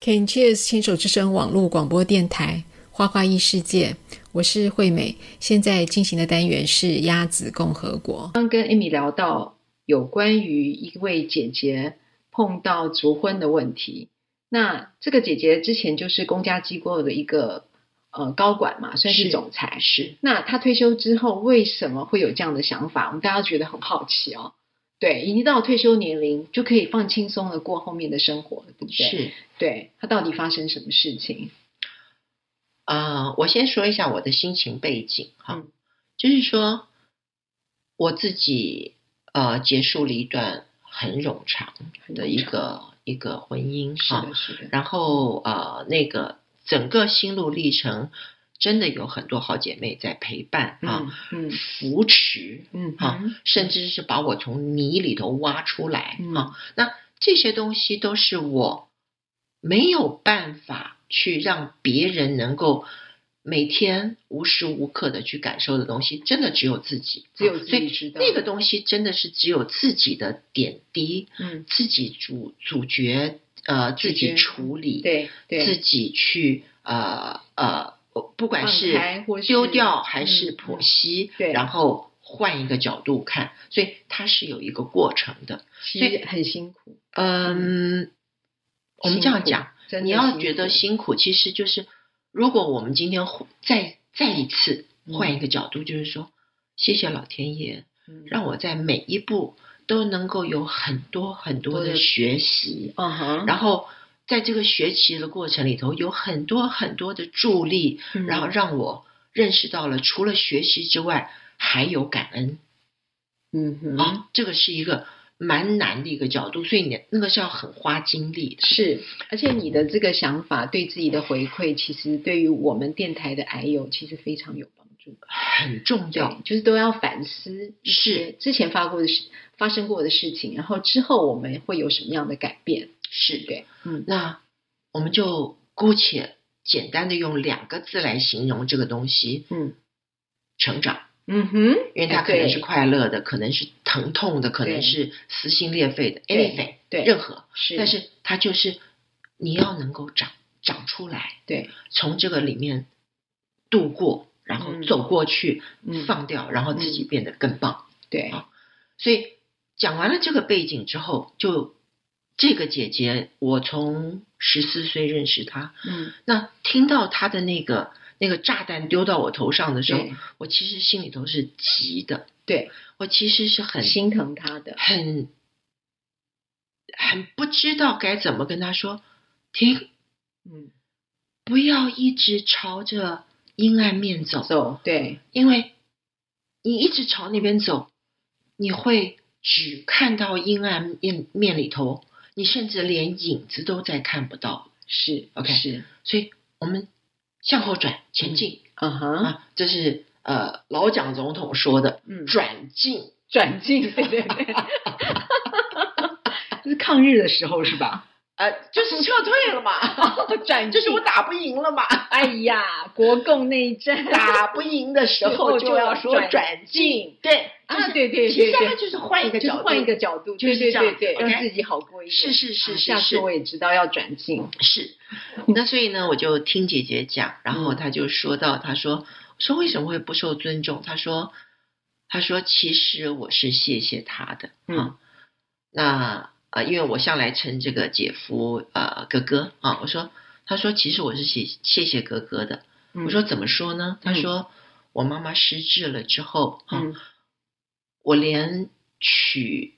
Can Cheers 牵手之声网络广播电台《花花异世界》，我是惠美。现在进行的单元是鸭子共和国。刚跟 Amy 聊到有关于一位姐姐碰到足婚的问题，那这个姐姐之前就是公家机构的一个呃高管嘛，算是是总裁。是那她退休之后为什么会有这样的想法？我们大家觉得很好奇哦。对，已经到退休年龄，就可以放轻松的过后面的生活了，对不对？，是，对，她到底发生什么事情？呃，我先说一下我的心情背景哈，嗯就是说我自己呃结束了一段很冗长的一个一个啊婚姻是哈，的，是的，然后呃那个整个心路历程真的有很多好姐妹在陪伴啊、嗯扶持，啊嗯好嗯甚至是把我从泥里头挖出来、嗯啊。那这些东西都是我没有办法去让别人能够每天无时无刻的去感受的东西，真的只有自己，只有自所以己知道那个东西真的是只有自己的点滴，嗯，自己主主角，呃，自主角己处理，对对，自己去呃呃，不管放是开或是丢掉还嗯是嗯剖析，对然后换一个角度看，所以它是有一个过程的。其所以实很辛苦。嗯，我们这样讲，真的你要觉得辛辛苦，其实就是如果我们今天换再再一次嗯换一个角度，就是说，谢谢老天爷，苦，嗯让我在每一步都能够有很多很多多的的学习，嗯哼，然后在这个学习的过程里头，有很多很多的助力，嗯然后让我认识到了除了学习之外，还有感恩嗯哼，啊，这个是一个蛮难的一个角度，所以你那个是要很花精力的。是，而且你的这个想法对自己的回馈，其实对于我们电台的癌友其实非常有帮助。很重要对，，就是都要反思一些之前发过的事、发生过的事情，然后之后我们会有什么样的改变？是对，嗯那我们就姑且简单的用两个字来形容这个东西：嗯成长。嗯哼，因为它哎可能对是快乐的，可能是疼痛的，可对能是撕心裂肺的对，anything，对任何。是，但是它就是你要能够长长出来，对，从这个里面度过，然后嗯走过去，嗯放掉，然后自己变得更棒。对，所以讲完了这个背景之后，就这个姐姐，我从十四岁认识她，嗯那听到她的那个那个炸弹丢到我头上的时候对，我其实心里头是急的，对，我其实是很心疼他的，很很不知道该怎么跟他说，停，嗯，不要一直朝着阴暗面走，走，对，因为你一直朝那边走，你会只看到阴暗面面里头，你甚至连影子都再看不到。是 OK 是，所以我们向后转，前进、嗯哼，啊，这是呃老蒋总统说的嗯，转进。转进，对对 对，这是抗日的时候是 吧？呃，就是撤退了嘛，哦转就是我打不赢了嘛，哎呀，国共内战 打不赢的时候就要说转进，对啊，就是对对其对实大家对，就是换一个就是角度，换一个角度，就对是对这样对对， OK 让自己好过一点。是是是啊是下次是我也知道要转进，是。那所以呢，我就听姐姐讲，然后她就说到，她说说为什么会不受尊重？她说，她说其实我是谢谢她的，嗯啊，那呃，因为我向来称这个姐夫呃哥哥啊，我说，她说其实我是谢谢谢哥哥的，我说怎么说呢？她嗯说我妈妈失智了之后，啊嗯我连取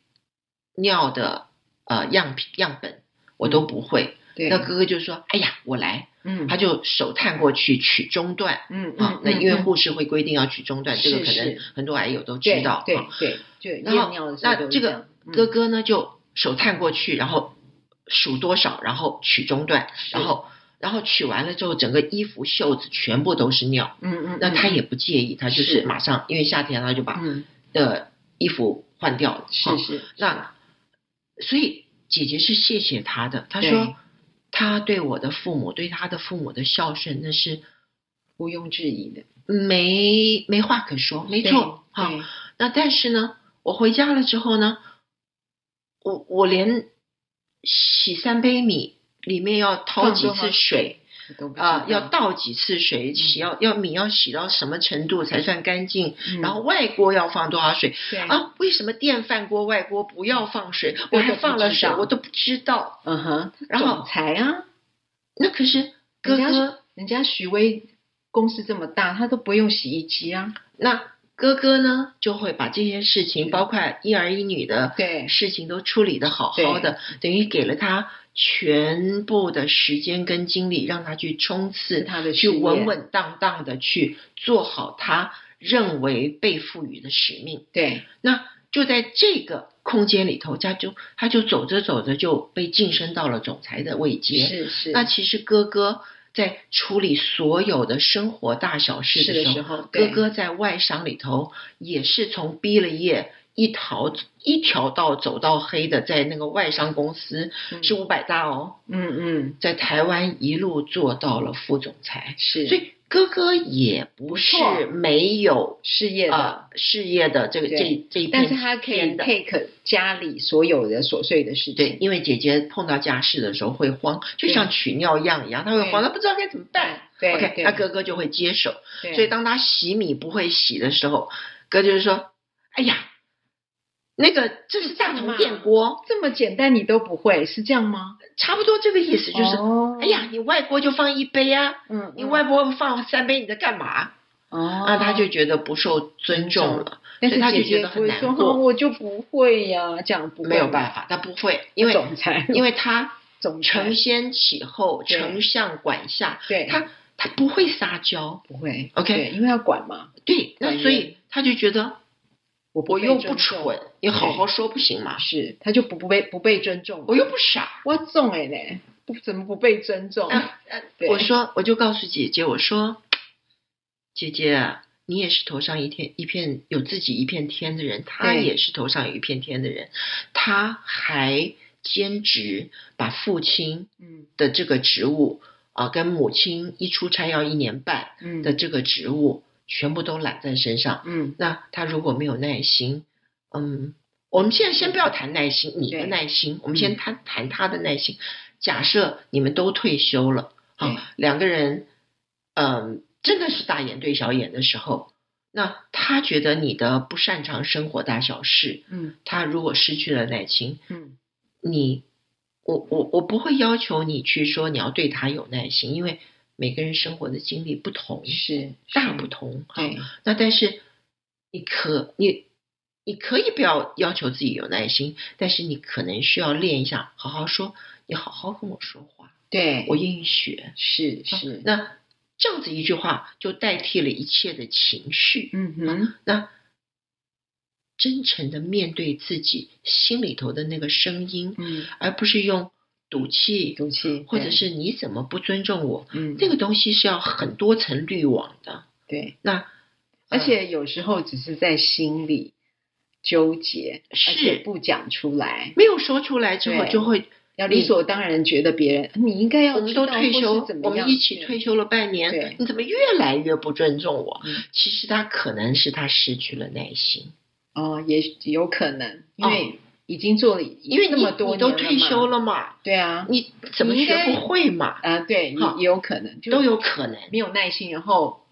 尿的呃样品样本我都不会。嗯对，那哥哥就说：“哎呀，我来。”嗯他就手探过去取中段嗯啊嗯，，那因为嗯护士会规定要取中段，这是个可能是很多癌友都对知道。对啊对，就然验后尿的时候那都是这样个嗯哥哥呢，就手探过去，然后数多少，然后取中段，然后然后取完了之后，整个衣服袖子全部都是尿。嗯嗯，那嗯他也不介意，他就是是马上，因为夏天他就把嗯的衣服换掉了。是啊是那所以姐姐是谢谢他的，她对说她对我的父母，对她的父母的孝顺，那是毋庸置疑的，没没话可说，没错对哈。那但是呢，我回家了之后呢，我我连洗三杯米里面要掏几放多少次嗯水都不知啊、道要倒几次水，洗要要米要洗到什么程度才算干净，然后外锅要放多少水嗯对，啊？为什么电饭锅外锅不要放水？嗯我我都还放了不知水道，我都不知道。嗯哼，然后总裁啊，那可是哥人家哥，人家许巍公司这么大，他都不用洗衣机啊，那哥哥呢就会把这些事情，包括一儿一女的对事情都处理的好好的，等于给了他全部的时间跟精力，让他去冲刺是他的去事业稳稳当当的去做好他认为被赋予的使命。对，那就在这个空间里头，他就他就走着走着就被晋升到了总裁的位阶。是是，那其实哥哥在处理所有的生活大小事是的时候时，候，哥对哥在外商里头也是从毕了业一逃一条道走到黑的，在那个外商公司嗯是五百大哦，嗯嗯在台湾一路做到了副总裁，是，所以哥哥也不不是错没有事业的，呃、事业的这个啊对这这一但片是他可以天的 take 家里所有的琐碎的事对，情，因为姐姐碰到家事的时候会慌，就对像取尿样一样，她会对慌，她不知道该怎么办。对 OK，对那哥哥就会接手。对所以当他洗米不会洗的时候，哥就是说：“哎呀，那个这是大同电锅，这么简单你都不会，是这样吗？差不多这个意思，就是、哦哎呀，，你外锅就放一杯啊，嗯，你外锅放三杯，你在干嘛？”哦，那啊他就觉得不受尊重了，但所是以他就姐觉姐得不很会难说，过哦我就不会呀，这样不会没有办吧？法，他不会，因为总裁，因为他总裁承先启后，对承上管下，对他他不会撒娇，不会 OK 对因为要管嘛，管对，那严所以他就觉得我不我被又不尊重蠢，你好好说不行吗？是，他就不不被不被尊重，我又不傻，我重哎嘞，不怎么不被尊重？啊啊哦对我说，我就告诉姐姐，我说，姐姐啊，你也是头上一天一片有自己一片天的人，他对也是头上有一片天的人，他还兼职把父亲嗯的这个职务啊、跟母亲一出差要一年半嗯的这个职务，全部都揽在身上。嗯那他如果没有耐心，嗯，我们现在先不要谈耐心，你的对嗯耐心，我们先谈谈他的耐心。假设你们都退休了，对啊，两个人，嗯，真的是大眼对小眼的时候，那他觉得你的不擅长生活大小事，嗯他如果失去了耐心，嗯你，我我我不会要求你去说你要对他有耐心，因为每个人生活的经历不同，是大是不同，哈嗯对那但是你可你你可以不要要求自己有耐心，但是你可能需要练一下，好好说，你好好跟我说话，对，我啊愿意学。是是那这样子一句话就代替了一切的情绪。嗯哼那真诚的面对自己心里头的那个声音，嗯而不是用赌气，赌气啊或者对是你怎么不尊重我，嗯这个东西是要很多层滤网的。对，那而呃且有时候只是在心里纠结，而且是不讲出来。没有说出来之后，对就会要理你所当然觉得别人，你应该要我们知都道退或是休怎，么我们样一起对退休了半年对，你怎么越来越不尊重我嗯？其实他可能是他失去了耐心，哦，也许有可能，因哦为已经做了，因为这你么多你都年退嘛休，了嘛，对啊，你怎么你应学该不会嘛？啊，对，也好也有可能，就都有可能。没有耐心，然后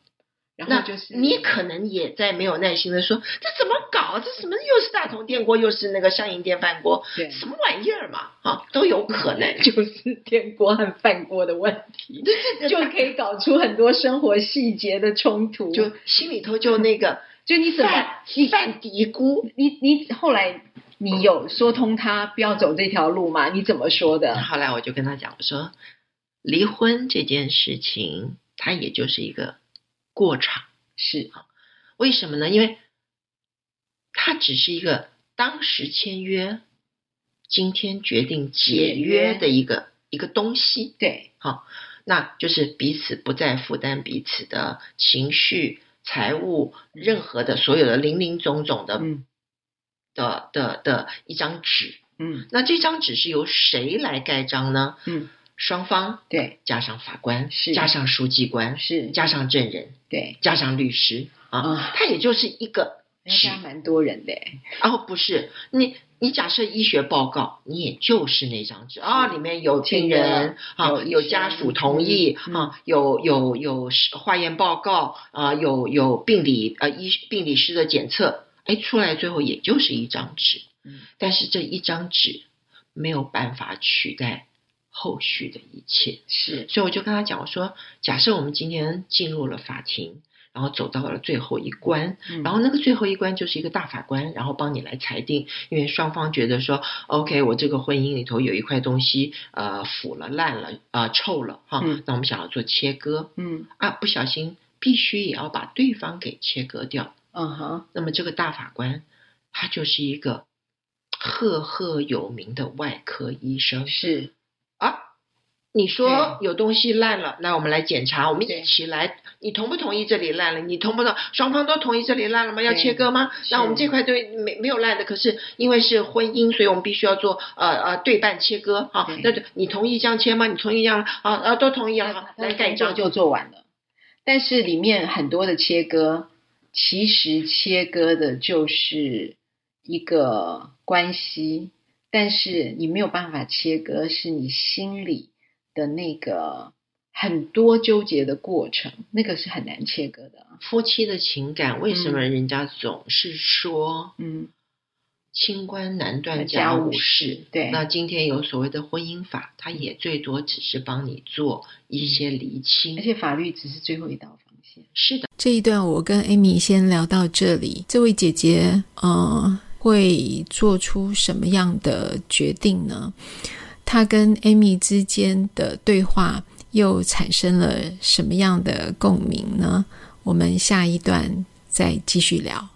然那后就是你可能也在没有耐心的说，这怎么搞？这什么又是大同电锅，又是那个上银电饭锅，对。什么玩意儿嘛？啊，都有可能嗯就是电锅和饭锅的问题，就可以搞出很多生活细节的冲突，就心里头就那个就你怎么犯犯嘀咕，你你后来你有说通他不要走这条路吗？你怎么说的？后来我就跟他讲，我说离婚这件事情，它也就是一个过场。是为什么呢？因为它只是一个当时签约，今天决定解约的一个一个东西。对，那就是彼此不再负担彼此的情绪、财务，任何的所有的零零总总的、嗯的的的一张纸。嗯那这张纸是由谁来盖章呢？嗯，双方对，加上法官，是加上书记官，是加上证人，对，加上律师啊，啊它也就是一个那家蛮多人的欸，哦，不是你，你假设医学报告，你也就是那张纸啊、里面有病人啊，有有家属同意、嗯啊，有有有化验报告啊，有有病理呃医病理师的检测，哎，出来最后也就是一张纸，嗯但是这一张纸没有办法取代后续的一切，是所以我就跟他讲，我说，假设我们今天进入了法庭，然后走到了最后一关，嗯然后那个最后一关就是一个大法官，然后帮你来裁定，因为双方觉得说，OK，我这个婚姻里头有一块东西，呃，腐了、烂了、呃，臭了哈，嗯那我们想要做切割嗯啊，不小心必须也要把对方给切割掉。嗯哼那么这个大法官，他就是一个赫赫有名的外科医生是啊。你说有东西烂了，那我们来检查，我们对一起来。你同不同意这里烂了？你同不同？双方都同意这里烂了吗？要对切割吗？那我们是这块对没没有烂的，可是因为是婚姻，所以我们必须要做呃呃对半切割啊对。那就你同意这样切吗？你同意这样啊啊都同意了，好他来的盖工作章。就做完了。但是里面很多的切割，其实切割的就是一个关系，但是你没有办法切割，是你心里的那个很多纠结的过程，那个是很难切割的啊。夫妻的情感为什么人家总是说嗯清官难断家家务务事。对那今天有所谓的婚姻法，它也最多只是帮你做一些厘而清。且法律只是最后一道防线。是的，这一段我跟 Amy 先聊到这里。这位姐姐，呃，会做出什么样的决定呢？她跟 Amy 之间的对话又产生了什么样的共鸣呢？我们下一段再继续聊。